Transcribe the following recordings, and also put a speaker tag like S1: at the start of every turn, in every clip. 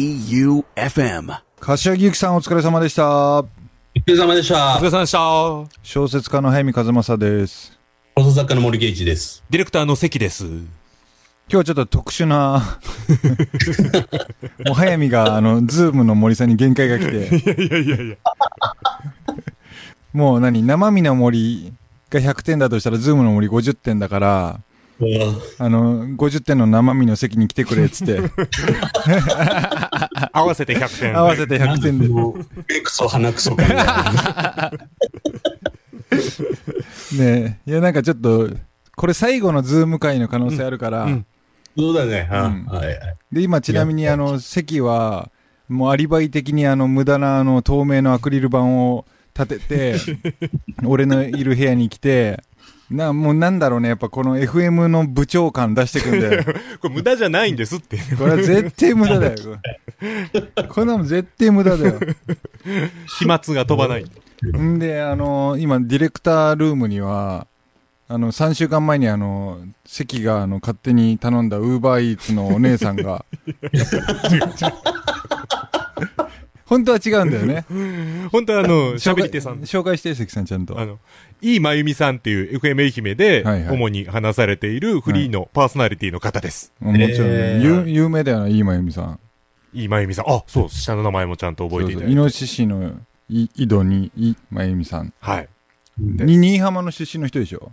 S1: J-O-E-U-F-M
S2: 柏木由紀さんお疲れ様でした。
S3: お疲れ様でした。
S4: お疲れ様でした。
S2: 小説家の早見和正です。
S3: 放送作家の森圭一です。
S4: ディレクターの関です。
S2: 今日はちょっと特殊 な、もう早見が、あの、ズームの森さんに限界が来て、
S4: いやいやいや。
S2: もう何、生身の森が100点だとしたら、ズームの森50点だから、あの、50点の生身の席に来てくれっつって、
S4: 合わせて100点。
S2: 合わせて100点で。
S3: 目くそ鼻くそ感 が。
S2: ねえいや、なんかちょっと、これ最後のズーム会の可能性あるから、
S4: うんうん
S3: そうだね。は
S2: うん
S3: はいはい。
S2: で、今ちなみにあの、席は、もうアリバイ的にあの、無駄なあの、透明のアクリル板を立 てて、俺のいる部屋に来て、な、もうなんだろうね、やっぱこの FM の部長感出してくんだよ。
S4: これ無駄じゃないんですって。
S2: これは絶対無駄だよ。これこんなの絶対無駄だよ。
S4: 飛沫が飛ばない。
S2: んで、あの、今、ディレクタールームには、あの、3週間前にあの、関があの、勝手に頼んだウーバーイーツのお姉さんが、 本当は違うんだよね。
S4: 本当は あの、喋り手さん。
S2: 紹介して、関さんちゃんと。
S4: あの、いいまゆみさんっていう FM 愛媛で
S2: はいはい、
S4: 主に話されているフリーのパーソナリティの方です。
S2: もちろん、
S3: えー
S2: 有有名だよな、いいまゆみさん。
S4: いいまゆみさん。あ、そう、下の名前もちゃんと覚えてい
S2: そうそ
S4: ただ
S2: うイ
S4: いて。
S2: ノシシのい井戸に、いまゆみさん。
S4: はい。で
S2: に、新居浜の出身の人でしょ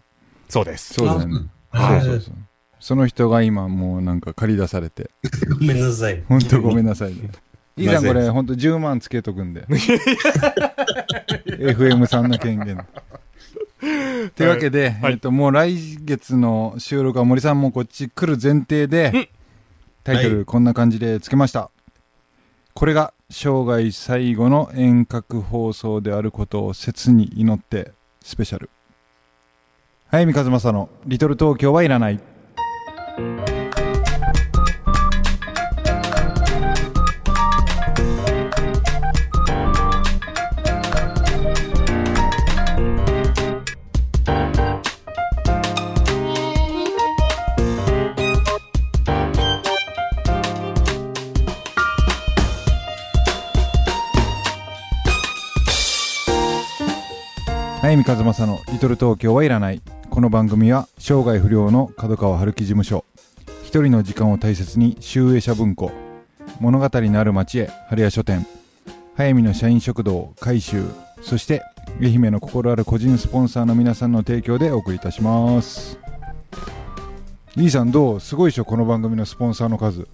S4: そうです。
S2: そうだよね。
S3: あ
S2: そうそうそう。その人が今もうなんか借り出されて、
S3: ごめんなさい。
S2: 本当ごめんな さい。いいじゃん、こ
S3: な
S2: れ、
S3: ぜ
S2: 本当10万つけとくんで。FM さんの権限。というわけで、
S4: はい
S2: えっと、もう来月の収録は森さんもこっち来る前提で、タイト
S3: は
S2: ルこんな感じでつけました。これが生涯最後の遠隔放送であることを切に祈ってスペシャル。早見和正のリトル東京はいらない。早見和正の「リトル東京はいらない」この番組は生涯不良の角川春樹事務所一人の時間を大切に集英社文庫物語のある町へ春屋書店早見の社員食堂改修そして愛媛の心ある個人スポンサーの皆さんの提供でお送りいたしますリーさんどうすごいでしょこの番組のスポンサーの数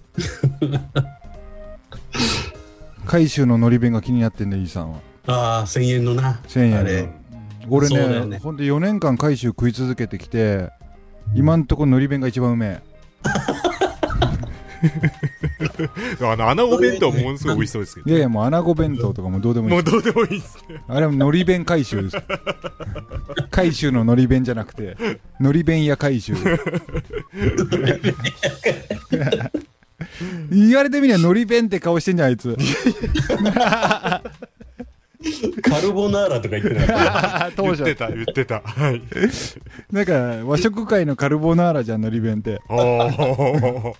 S2: 改修ののり弁が気になってんねリーさんは
S3: ああ、1000円のな。
S2: 1000円の
S3: あれ。
S2: 俺
S3: そうだよ
S2: ね
S3: ね
S2: ほんと4年間回収食い続けてきて今んとこのり弁が一番うめえ
S4: あの、穴子弁当ものすごい美味しそうですけ
S2: い
S4: ど。
S2: やいやもう穴子弁当とかもどうでもい
S4: も
S2: いう
S4: どうでもいいっすね。
S2: あれものり弁回収です回収ののり弁じゃなくてのり弁屋回収言われてみりゃのり弁って顔してんじゃんあいつ
S3: カルボナーラとか言ってなかっ
S2: 当
S4: 言っ
S2: 初
S4: てた、言ってた。はい。
S2: なんか和食界のカルボナーラじゃんのり弁って
S4: おー。
S2: は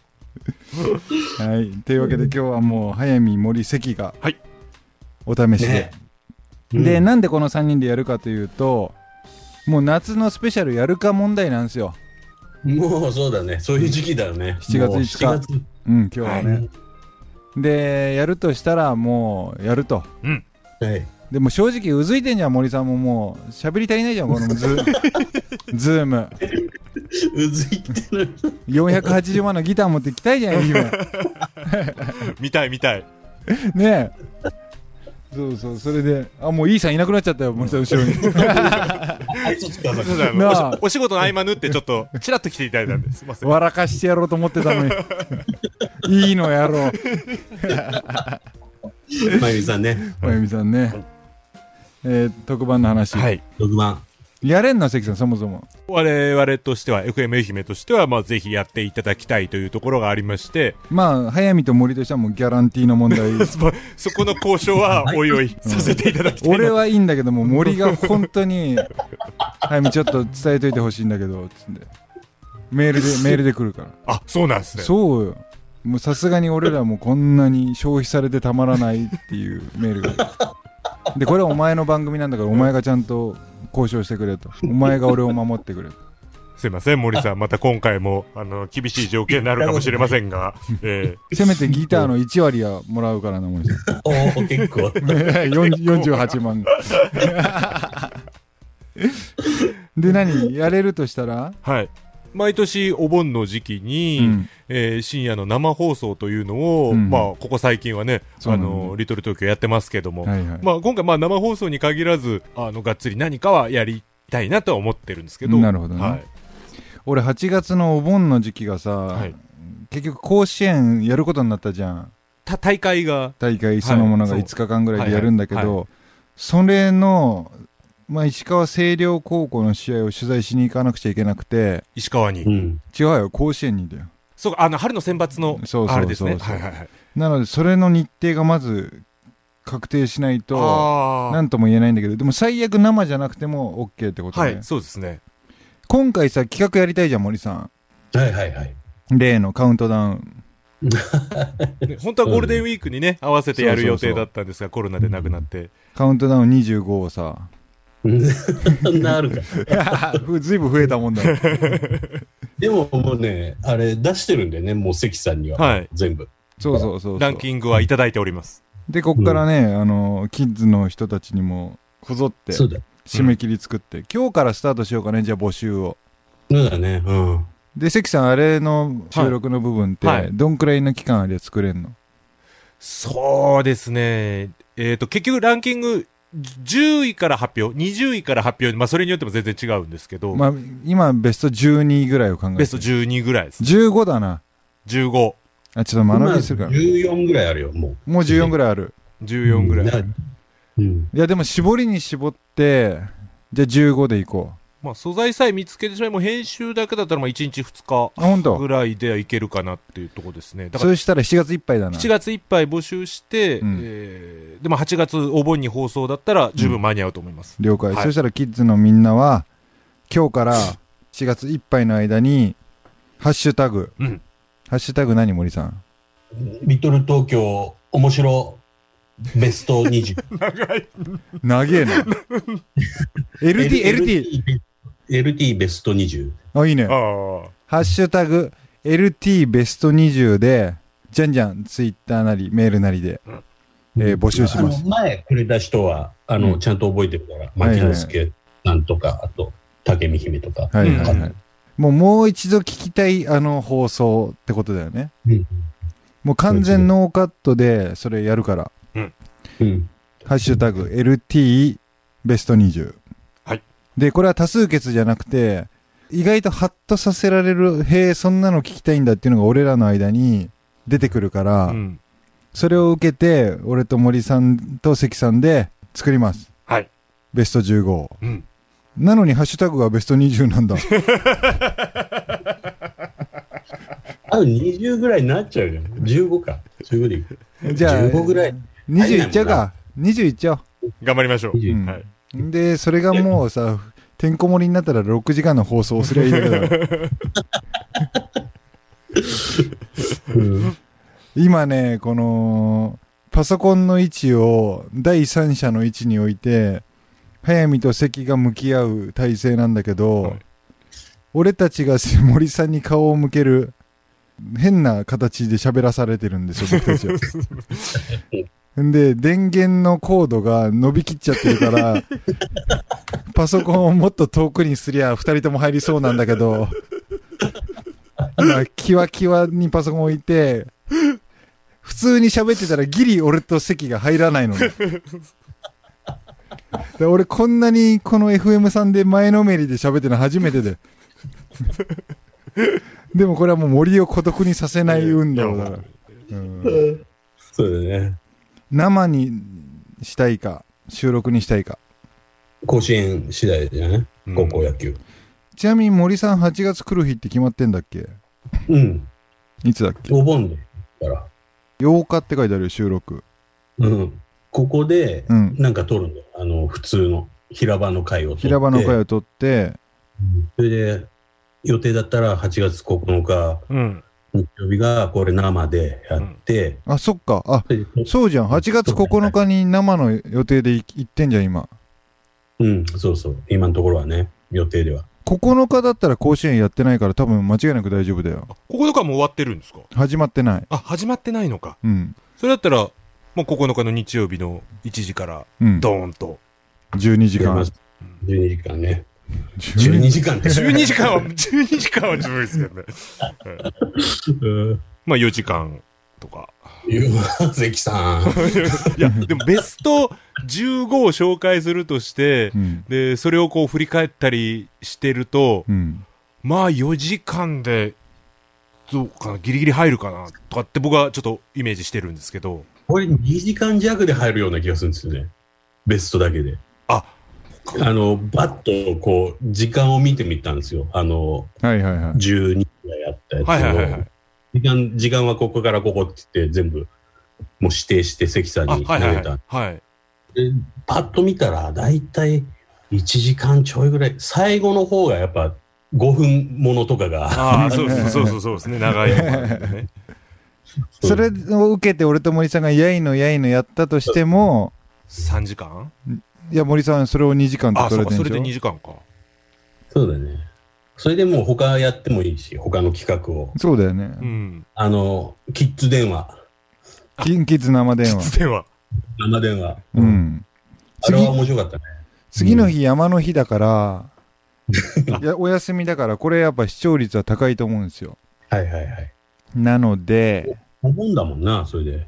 S2: いというわけで今日はもう早見森関が
S4: はい
S2: お試しで、
S3: ね
S2: で、なんでこの3人でやるかというともう夏のスペシャルやるか問題なんですよ、
S3: た。もうそうだね。そういう時期だよね。
S2: 7月
S3: もう
S2: 5日
S3: 7月
S2: うん、今日はね、
S3: は
S2: でやるとしたらもうやると
S3: い。はい。
S2: でも正直うずいてんじゃん森さんももう喋り足りないじゃんこのズズーム
S3: うずいてる。
S2: 480万のギター持ってきたいじゃん愛媛
S4: 見たい見たい。
S2: ねえそうそうそれであもうイーさんいなくなっちゃったよ森さん後ろに
S3: はい、そっちか。
S4: そうだあの
S2: なあ
S4: おしお仕事の合間縫ってちょっとチラッと来ていただいたんですすいません
S2: 笑かしてやろうと思ってたのにいいのやろう
S3: まゆみさんね。
S2: まゆみさんね、えー特番の話、
S4: はい
S3: 6番。
S2: やれんの関さんそもそも
S4: 我々としては FM 愛媛としてはまあぜひやっていただきたいというところがありまして
S2: まあ早見と森としてはもうギャランティーの問題
S4: そそこの交渉はおいおいさせていただきたい
S2: 俺
S4: な
S2: はいいんだけども森が本当に「早見ちょっと伝えといてほしいんだけど」つってメールでメールで来るから
S4: あそうなんですね
S2: そうよもうさすがに俺らもこんなに消費されてたまらないっていう メールがでこれはお前の番組なんだからお前がちゃんと交渉してくれとお前が俺を守ってくれと
S4: すいません、森さん。また今回も、あの、厳しい条件になるかもしれません が、え
S2: せめてギターの1割はもらうからな森さん
S3: おー結構。
S2: 48万で何やれるとしたら、
S4: ーはい。毎年お盆の時期に、
S2: うん
S4: えー深夜の生放送というのを、
S2: うん
S4: まあ、ここ最近はね、
S2: そう
S4: あ
S2: なんだ
S4: の、リトル東京やってますけども、
S2: はいはい
S4: まあ、今回、まあ、生放送に限らず、あの、がっつり何かはやりたいなとは思ってるんですけど。
S2: なるほどね
S4: はい。
S2: 俺8月のお盆の時期がさ、
S4: はい
S2: 結局甲子園やることになったじゃん
S4: た、大会が、
S2: 大会そのものが
S4: はい
S2: 5日間ぐらいでやるんだけ
S4: はいはい
S2: どそれの、まあ、石川星稜高校の試合を取材しに行かなくちゃいけなくて
S4: 石川に。
S3: うん。
S2: 違うよ甲子園にだよ
S4: そうか、あの、春の選抜の
S2: そうそうそう、そう
S4: あれですね。はいはいはい。
S2: なのでそれの日程がまず確定しないと
S4: あー
S2: 何とも言えないんだけどでも最悪生じゃなくても OK ってこと
S4: は
S2: で、
S4: い、そうですね。
S2: 今回さ企画やりたいじゃん森さ
S3: はいはいはい。
S2: ん例のカウントダウン
S4: ね本当はゴールデンウィークにね、合わせてやる予定だったんですが、コロナでなくなって。
S2: カウントダウン25をさ
S3: うんなるか。
S2: ずいぶん増えたもんだね
S3: でももうね、あれ出してるんだよね、もう関さんには。
S4: はい
S3: 全部。
S2: そうそうそうそう
S4: ランキングはいただいております。
S2: でこっからね、あのキッズの人たちにもこぞって
S3: そうだ。
S2: 締め切り作って、今日からスタートしようかねじゃあ募集を
S3: そうだね。うん。
S2: で関さんあれの収録の部分って、
S4: はいはい
S2: どんくらいの期間あれ作れんの
S4: そうですね。えっ、と、結局ランキング、10位から発表、20位から発表、まあ、それによっても全然違うんですけど、
S2: まあ今ベスト12ぐらいを考えて
S4: ベスト12ぐらいです。
S2: 15だな
S4: 15、
S2: あちょっと間延びするから
S3: 今14ぐらいあるよ、もう。
S2: もう14ぐらいある
S4: 14ぐらい。
S3: なうん。
S2: いやでも絞りに絞ってじゃあ15でいこ
S4: まあ、素材さえ見つけてしまえば、編集だけだったら、まあ、1日2
S2: うあ本
S4: 日
S2: 当
S4: ぐらいでいけるかなっていうところですね。だから
S2: そうしたら7月いっぱいだな
S4: 7月いっぱい募集して、
S2: うん
S4: えーでも8月お盆に放送だったら十分間に合うと思います。
S2: 了解、
S4: はい
S2: そしたらキッズのみんなは今日から4月いっぱいの間にハッシュタグ
S4: うん。
S2: ハッシュタグ何森さん
S3: リトル東京、面白、ベスト20。
S2: 長え な LT LT
S3: LT。LT ベスト20。
S2: あいいね
S4: ああ。
S2: ハッシュタグ LT ベスト20でじゃんじゃんツイッターなりメールなりで、えー募集しま
S3: あ
S2: す
S3: の前くれた人は、あの、
S2: うん
S3: ちゃんと覚えてるから、
S2: はいはい
S3: 牧之介なんとか、あと、竹見姫とか。
S2: はいはいはい、
S4: う
S2: もうもう一度聞きたいあの放送ってことだよね
S3: うん
S2: もう完全ノーカットでそれやるから
S3: うん。
S2: ハッシュタグ LT ベスト20。
S4: はい。
S2: で、これは多数決じゃなくて、意外とハッとさせられる、へえ、そんなの聞きたいんだっていうのが俺らの間に出てくるから、
S4: うん。
S2: それを受けて、俺と森さんと関さんで作ります。
S4: はい。
S2: ベスト15を。
S4: うん。
S2: なのにハッシュタグがベスト20なんだ。
S3: あと20ぐらいになっちゃうじゃん。15か。15でいく。
S2: じゃあ、
S3: 15ぐらい。
S2: 20いっちゃうか。20いっちゃ
S4: 頑張りましょう。
S2: う。う
S3: 20
S2: ん
S4: はい。
S2: で、それがもうさ、てんこ盛りになったら6時間の放送をすりゃいいだけだから。
S3: うん
S2: 今ねこのパソコンの位置を第三者の位置に置いて速水と関が向き合う体制なんだけど、
S4: はい
S2: 俺たちが森さんに顔を向ける変な形で喋らされてるんですよ僕たちは。で電源のコードが伸びきっちゃってるからパソコンをもっと遠くにすりゃ2人とも入りそうなんだけど今キワキワにパソコン置いて普通に喋ってたらギリ俺と席が入らないのねで俺こんなにこの FM さんで前のめりで喋ってるの初めてででもこれはもう森を孤独にさせない運動だから、うん
S3: そうだね。
S2: 生にしたいか収録にしたいか
S3: 甲子園次第じゃない
S4: うん
S3: 高校野球。
S2: ちなみに森さん8月来る日って決まってんだっけ
S3: うん。
S2: いつだっけ
S3: お盆で。だから。
S2: 8日って書いてあるよ収録
S3: うん。ここで、
S2: うん
S3: なんか撮るんだよ。あの、普通の平場の会を撮って。
S2: 平場の会を取って
S3: それで、予定だったら8月9日、
S4: うん。
S3: 日曜日がこれ生でやって、
S2: あ、そっか。あ、
S3: で
S2: そうじゃん。8月9日に生の予定でい行ってんじゃん、今。
S3: うん、そうそう。今のところはね、予定では。
S2: 9日だったら甲子園やってないから多分間違いなく大丈夫だよ。
S4: ここのかもう終わってるんですか
S2: 始まってない。
S4: あ、始まってないのか。
S2: うん。
S4: それだったら、もう9日の日曜日の1時から、
S2: うん。
S4: ドーンと。
S2: 12時間。
S3: 12時間ね。12
S2: 12
S3: 時間って。
S4: 12時間は、12時 間は十分ですけどね。
S3: うん
S4: まあ4時間とか。
S3: 言うわ関さん。
S4: いや、でもベスト15を紹介するとして、
S2: うん。
S4: で、それをこう振り返ったりしてると、
S2: うん。
S4: まあ4時間で、どうかな、ギリギリ入るかな、とかって僕はちょっとイメージしてるんですけど、
S3: これ2時間弱で入るような気がするんですよね。ベストだけで。
S4: あ
S3: あの、バッとこう、時間を見てみたんですよ。あの、
S2: はいはいはい。
S3: 12ぐらいあったやつを。
S4: はいはいはいはい。
S3: 時間、時間はここからここって言って全部、もう指定して関さん
S4: あ、は
S3: に
S4: い
S3: 投げた。
S4: はいはい。はい。
S3: でパッと見たら、だいたい1時間ちょいぐらい。最後の方がやっぱ5分ものとかが。
S4: ああ、そうそうそうそうそうですね。長いのがあるんでね。
S2: それを受けて俺と森さんがやいのやいのやったとしても、
S4: 3時間
S2: いや森さんそれを2時間
S4: あ、
S2: と
S4: そ
S2: 取
S4: う
S2: れ
S4: か、
S2: て
S4: そ
S2: ん
S4: れ
S2: で
S4: で2
S2: しょ
S4: 時間か。
S3: そうだね。それでもう他やってもいいし、他の企画を。
S2: そうだよね
S4: う。ん。
S3: あの、キッズ電話。
S2: キンキッズ生電 話。
S4: つては。
S3: 生電話。
S2: うん。
S3: あれ
S2: 次
S3: は面白かったね。
S2: 次の日山の日だ から、いやお休みだからこれやっぱ視聴率は高いと思うんですよ。
S3: はいはいはい。
S2: なので、
S3: 思うんだもんな、それで。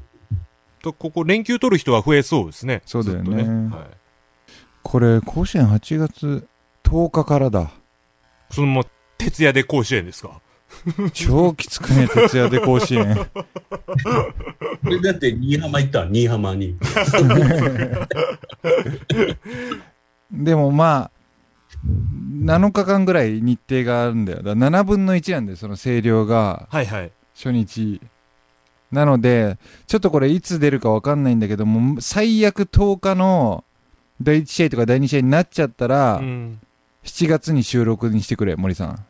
S4: とここ、連休取る人は増えそうですね。
S2: そうだよね
S4: ずっとはい
S2: これ甲子園8月10日からだ。
S4: そのまま、徹夜で甲子園ですか
S2: 超きつくね、徹夜で甲子 園。
S3: これだって、新居浜行ったわ、新居浜 に。
S2: でもまあ、7日間ぐらい日程があるんだよ。だから7分の1なんだよ、その声量が、
S4: はいはい。
S2: 初日。なので、ちょっとこれいつ出るかわかんないんだけども、最悪10日の第1試合とか第2試合になっちゃったら、
S4: うん。
S2: 7月に収録にしてくれ、森さん。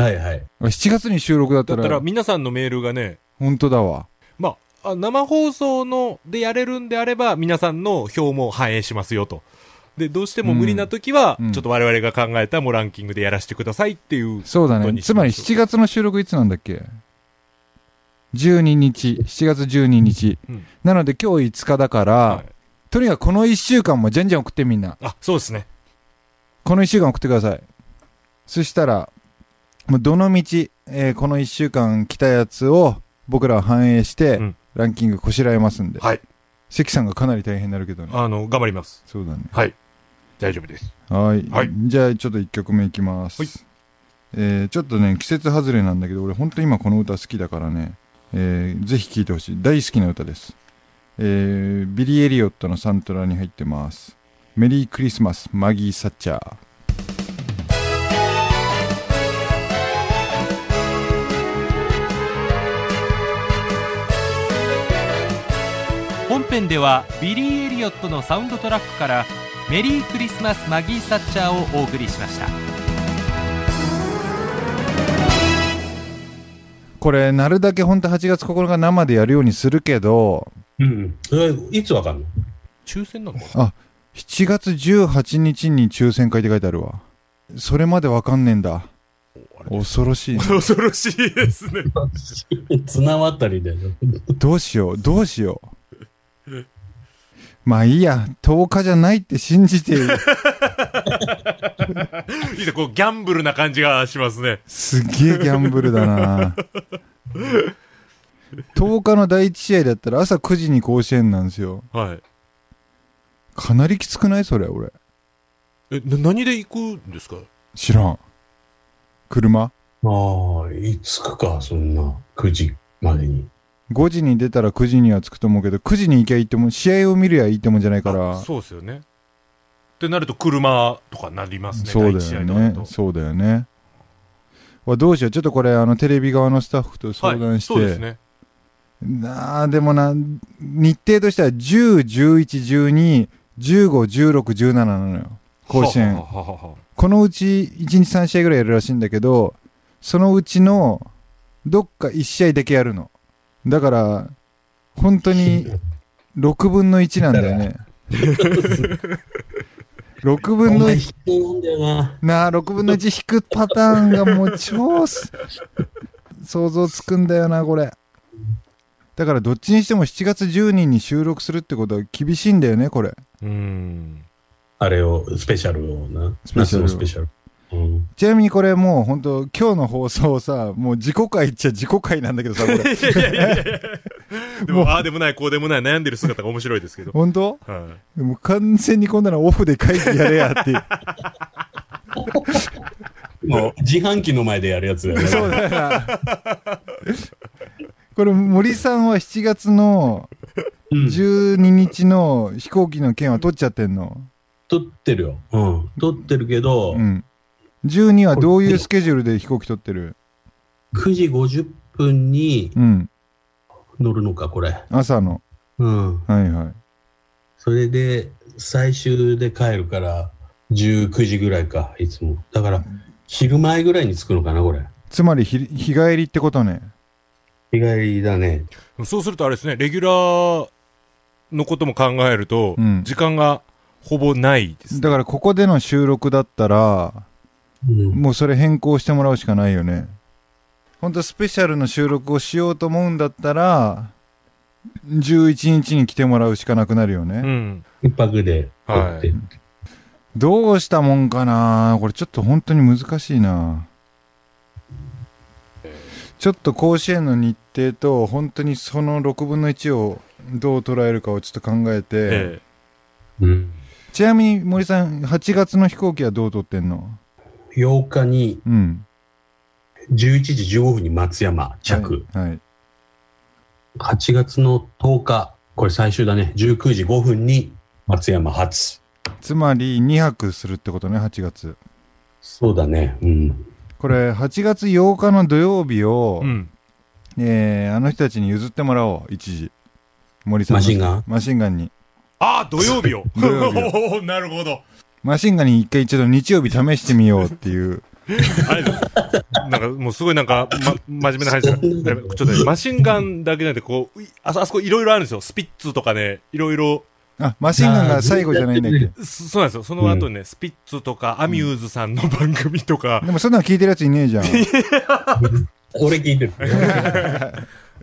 S3: はいはい。
S2: 7月に収録だっ
S4: だ
S2: た
S4: ったら、
S2: ら、
S4: 皆さんのメールがね、
S2: 本当だわ。
S4: まあ、あ生放送のでやれるんであれば、皆さんの票も反映しますよと。で、どうしても無理な時は、
S2: うん
S4: ちょっと我々が考えたもうランキングでやらせてくださいっていう。
S2: そうだ
S4: 本当
S2: ね。
S4: に
S2: つまり7月の収録いつなんだっけ ?12 日、7月12日。
S4: うん
S2: なので今日5日だから、
S4: はい
S2: とにかくこの1週間もじゃんじゃん送ってみんな。
S4: あ、そうですね。
S2: この1週間送ってください。そしたら、もうどの道、えーこの1週間来たやつを僕らは反映して、
S4: うん
S2: ランキングこしらえますんで。
S4: はい。
S2: 関さんがかなり大変になるけどね。
S4: あの、頑張ります。
S2: そうだね。
S4: はい。大丈夫です。
S2: はい。
S4: はい
S2: じゃあ、ちょっと1曲目いきます。
S4: はい
S2: えーちょっとね、季節外れなんだけど、俺、ほんと今この歌好きだからね、えーぜひ聴いてほしい。大好きな歌です。えービリー・エリオットのサントラに入ってます。メリークリスマス、マギー・サッチャー。
S1: 本編ではビリー・エリオットのサウンドトラックから「メリークリスマスマギー・サッチャー」をお送りしました
S2: これ、なるだけほんと8月9日生でやるようにするけど、
S3: うん。それはいつわかんの
S4: 抽選なのかな
S2: 7月18日に抽選会って書いてあるわ。それまでわかんねえんだ。恐ろしいね。
S4: 恐ろしいです ね。
S3: 綱渡りだよ。
S2: どうしよう、どうしよう。 まあいいや、10日じゃないって信じて、
S4: いいですねこう、ギャンブルな感じがしますね。
S2: すげえギャンブルだな。10日の第1試合だったら朝9時に甲子園なんですよ。
S4: はい。
S2: かなりきつくないそれ、俺。
S4: え、な、何で行くんですか
S2: 知らん。車
S3: ああ、いつくか、そんな。9時までに。
S2: ?5 時に出たら9時には着くと思うけど、9時に行きゃいいってもん、試合を見りゃいいってもんじゃないから。
S4: あそうですよね。ってなると、車とかなりますね。
S2: そう
S4: 第一
S2: だ
S4: 試
S2: よ
S4: 合とかだ
S2: ね
S4: と。
S2: そうだよね。わどうしよう。ちょっとこれ、あの、テレビ側のスタッフと相
S4: は
S2: 談
S4: い、
S2: して、
S4: そうですね。
S2: なあ、でもな、日程としては10、11、12、15、16、17なのよ。甲子園
S4: ははははは
S2: このうち1日3試合ぐらいやるらしいんだけど、そのうちのどっか1試合だけやるの。だから、本当に6分の1なんだよね。6分
S3: お
S2: の
S3: 前
S2: 1
S3: 引きなんだよな。
S2: なあ、6分の1引くパターンがもう超す、想像つくんだよな、これ。だからどっちにしても7月10人に収録するってことは厳しいんだよね、これ。
S4: うん。
S3: あれを、スペシャルをな。
S2: スペシャル
S3: 夏のスペシャル。うん。
S2: ちなみにこれもう本当今日の放送さ、もう自己回っちゃ自己回なんだけどさ、こ れ。
S4: でも、ああでもない、こうでもない、悩んでる姿が面白いですけど。
S2: 本当
S4: は
S2: もう完全にこんなのオフで会議やれやっていう。
S3: もう自販機の前でやるやつだよね。
S2: そうだな。 これ森さんは7月の
S3: うん
S2: 12日の飛行機の券は取っちゃってんの。
S3: 撮ってるよ。うん。撮ってるけど、
S2: うん。12はどういうスケジュールで飛行機取ってる
S3: 9時50分に
S2: うん。
S3: 乗るのか、これ。
S2: 朝の。
S3: うん。
S2: はいはい。
S3: それで、最終で帰るから、19時ぐらいか、いつも。だから、昼前ぐらいに着くのかな、これ。
S2: つまりひ日帰りってことね。
S3: 日帰りだね。
S4: い。そうすると、あれですね、レギュラーのことも考えると、
S2: うん
S4: 時間がほぼないです。
S2: だからここでの収録だったら、
S3: うん。
S2: もうそれ変更してもらうしかないよね。本当スペシャルの収録をしようと思うんだったら、11日に来てもらうしかなくなるよね。
S4: うん。
S3: 一泊で撮って。
S4: は
S2: どうしたもんかなこれちょっと本当に難しいなちょっと甲子園の日程と本当にその6分の1をどう捉えるかをちょっと考えて、
S4: え
S3: うん。
S2: ちなみに森さん8月の飛行機はどう取ってんの
S3: 8日に、
S2: うん
S3: 11時15分に松山着。
S2: はい、はい
S3: 8月の10日、これ最終だね。19時5分に松山発。
S2: つまり2泊するってことね8月
S3: そうだね。うん。
S2: これ8月8日の土曜日を
S4: え、うん。
S2: えーあの人たちに譲ってもらおう一時森さんの
S3: マシンガン
S2: マシンガンに
S4: ああ、土曜日よ。
S2: 土曜日
S4: おー なるほど。
S2: マシンガンに一回一度日曜日試してみようって いう
S4: あれですなんか、もうすごいなんか、ま、真面目な話だ。ちょっとね、マシンガンだけじゃなくて、こう、いあそあそこいろいろあるんですよ。スピッツとかね、いろいろ。
S2: あ、マシンガンが最後じゃないんだっ け
S4: そそうなんですよ。その後にね、スピッツとか、アミューズさんの番組とか、
S2: でもそんなの聞いてるやついねえ じゃん。
S3: 俺聞 いてる。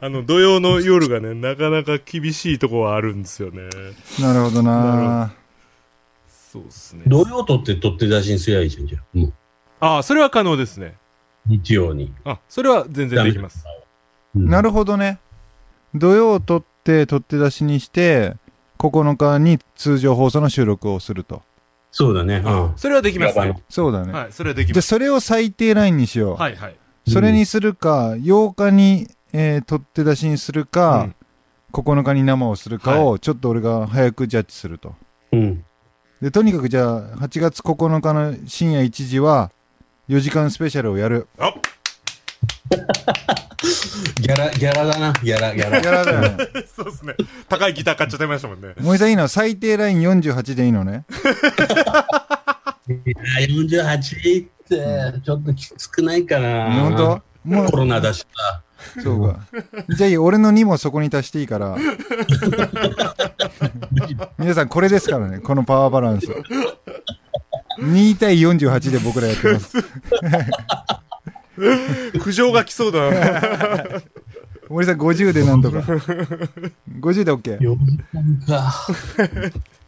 S4: あの、土曜の夜がね、なかなか厳しいとこはあるんですよね。
S2: なるほどな
S4: そうですね。
S3: 土曜取って取って出しにすりゃいいじゃん、じゃあもう
S4: ああ、それは可能ですね。
S3: 日曜に。
S4: あ、それは全然できます。
S3: うん
S2: なるほどね。土曜を取って、取って出しにして、9日に通常放送の収録をすると。
S3: そうだね。うん。
S4: それはできます
S3: や
S4: ね
S3: ば。
S2: そうだね。
S4: はい、それはでき
S2: じゃ
S4: ま
S2: あ
S4: す。
S2: それを最低ラインにしよう。
S4: はいはい。
S2: それにするか、8日に、えー取って出しにするか、9日に生をするかを、ちょっと俺が早くジャッジすると。
S3: うん。
S2: で、とにかくじゃあ、8月9日の深夜1時は、4時間スペシャルをやる。
S4: あ
S3: ギャラ、ギャラだな。ギャラ、ギャラ。
S2: やらない。
S4: そうですね。高いギター買っちゃってましたもんね。
S2: 森さんいいの最低ライン48でいいのね。
S3: あ48って、ちょっときつくないかな。
S2: 本当も
S3: コ
S2: う、
S3: ロナだしさ。
S2: そうか。じゃあいい俺の2もそこに足していいから。 皆さんこれですからね、このパワーバランス。2対48で僕らやってます。
S4: 苦情が来そうだな。
S2: 森さん50でなんと か。50で OK。
S3: 4時間か。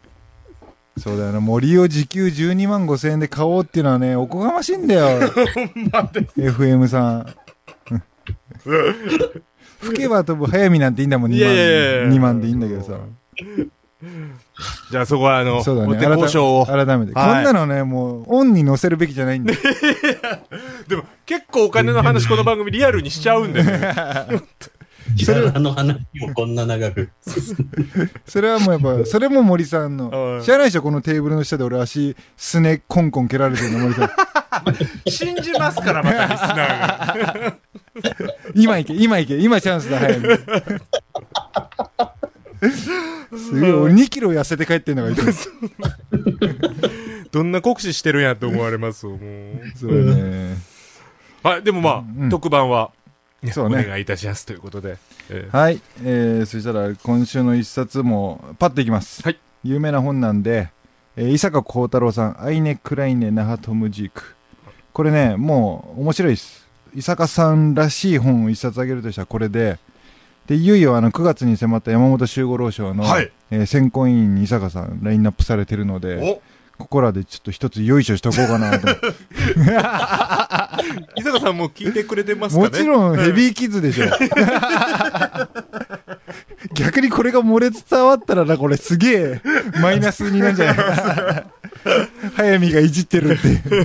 S2: そうだよな、森を時給12万5千円で買おうっていうのはね、おこがましいんだ よ。FM さん。吹けば飛ぶ早見なんていいんだもん、2
S4: いやいやいやいや
S2: 万。2万でいいんだけどさ。
S4: じゃあそこは、あの、
S2: そうだ
S4: お
S2: ね。
S4: 手
S2: 改め
S4: 交渉を。
S2: 改めて。こん
S4: はい
S2: なのね、もう、オンに載せるべきじゃないん で。
S4: でも、結構お金の話、この番組リアルにしちゃうんで ね。
S3: ギャラの話をこんな長く。
S2: それはもうやっぱ、それも森さん
S4: は
S2: の。
S4: い
S2: 知らないでしょ、このテーブルの下で俺足、すね、コンコン蹴られてるの、森さん。
S4: 信じますから、またリスナー が。
S2: 今行け、今行け、今チャンスだ、早 く。すげえ、俺2キロ痩せて帰ってんのがいいと思う。
S4: どんな酷使してるんやと思われますよ、もう。
S2: そうね。
S4: はい、でもまあ、
S2: うん
S4: 特番はね
S2: そうね
S4: お願いいたしますということで。え ー
S2: はい、えー、そしたら今週の一冊もパッといきます、
S4: はい
S2: 有名な本なんで、えー伊坂幸太郎さん「アイネ・クライネ・ナハトムジーク」これねもう面白いです伊坂さんらしい本を一冊あげるとしたらこれででいよいよあの9月に迫った山本周五郎賞の、
S4: はい
S2: えー選考委員に伊坂さんラインナップされてるので
S4: お
S2: ここらでちょっと一つよいしょしとこうか なと思って
S4: 伊坂さんも聞いてくれてますかね
S2: もちろんヘビーキッズでしょ。 逆にこれが漏れ伝わったらな、これすげえマイナスになるんじゃな い早見がいじってるって い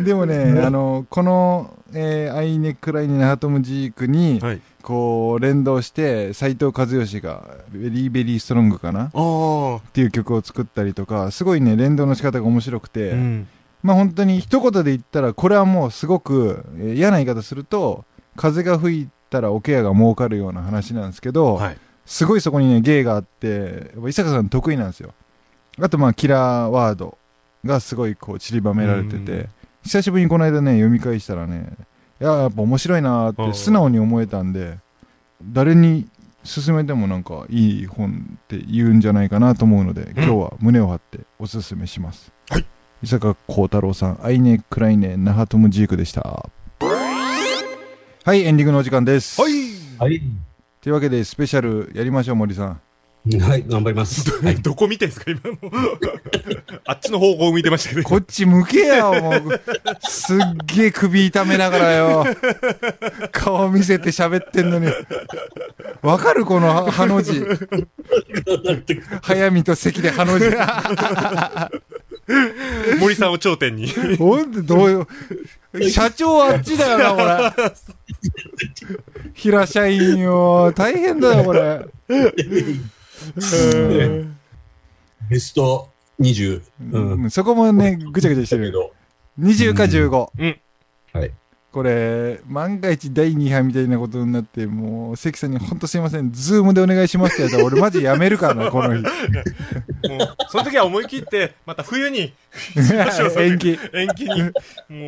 S2: う。でもね、あの、この、えーアイネ・クライネ・ナハトム・ジークに、
S4: はい。
S2: こう、連動して、斎藤和義が、ベリーベリーストロングかなっ
S4: ああ。
S2: ていう曲を作ったりとか、すごいね、連動の仕方が面白くて、
S4: うん。
S2: まあ本当に一言で言ったらこれはもうすごくえー嫌な言い方すると風が吹いたらおケアが儲かるような話なんですけど、
S4: はい。
S2: すごいそこにね芸があってやっぱ伊坂さん得意なんですよあとまあキラーワードがすごいこう散りばめられて
S4: うん
S2: て久しぶりにこの間ね読み返したらねいややっぱ面白いなーって素直に思えたんで誰に勧めてもなんかいい本って言うんじゃないかなと思うので、今日は胸を張っておすすめします
S4: はい
S2: 伊坂幸太郎さんアイネ・クライネ・ナハトム・ジークでしたはいエンディングのお時間です
S4: はい。
S3: はい。
S2: というわけでスペシャルやりましょう森さん
S3: はい、頑張 ります。はい。
S4: どこ見てんすか、今の。 あっちの方向を見てましたけど。
S2: こっち向けよ、もう。すっげえ首痛めながらよ。顔見せて喋ってんのに。わかるこのはハの字。早見と関でハの字。
S4: 森さんを頂点に。
S2: ほんと、どうよ。社長あっちだよな、これ。平社員よ。大変だよ、これ。
S3: ベスト20。う。
S2: うんん、そこもね、ぐちゃぐちゃして
S3: だけ
S2: る。
S3: ど。
S2: 20か15。
S3: はい。
S2: これ、万が一第2波みたいなことになって、もう、関さんに本当すいません、ズームでお願いしますってやったら、俺マジやめる からな、この日。
S4: もう、その時は思い切って、また冬に
S2: 延期。
S4: 延期に。も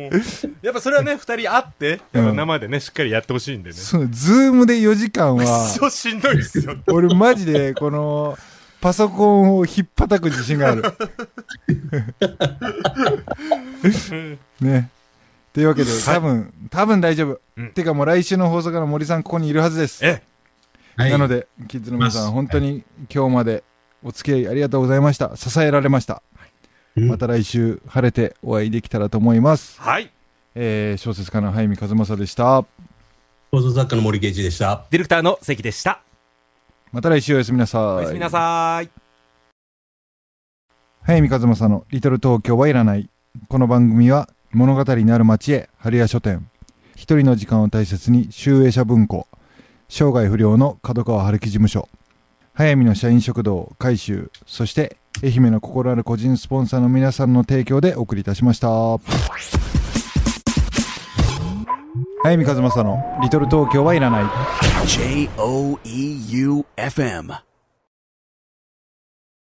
S4: う、やっぱそれはね、二人会って、やっぱ生でね、しっかりやってほしいんでね。
S2: そう、ズームで4時間は、
S4: そうしんどいっすよ。
S2: 俺マジで、この、パソコンをひっぱたく自信がある。
S4: うん
S2: ね。というわけで、多分、多分大丈夫。
S4: うん
S2: てかもう来週の放送から森さんここにいるはずです。
S4: え、
S3: はい
S2: なので、キッズの皆さ
S3: いま
S2: ん、
S3: す
S2: 本当に今日までお付き合いありがとうございました。支えられました。
S3: うん
S2: また来週、晴れてお会いできたらと思います。
S4: はい。
S2: えー小説家の早見和正でした。
S3: 放送作家の森圭一でした。
S4: ディレクターの関でした。
S2: また来週おやすみなさい。
S4: おやすみなさーい。
S2: 早見和正のリトル東京はいらない。この番組は物語のある街へ、春屋書店。一人の時間を大切に、集英社文庫。生涯不良の角川春樹事務所。早見の社員食堂、改修。そして、愛媛の心ある個人スポンサーの皆さんの提供でお送りいたしました。早見和正のリトル東京はいらない。
S5: J O E U F M.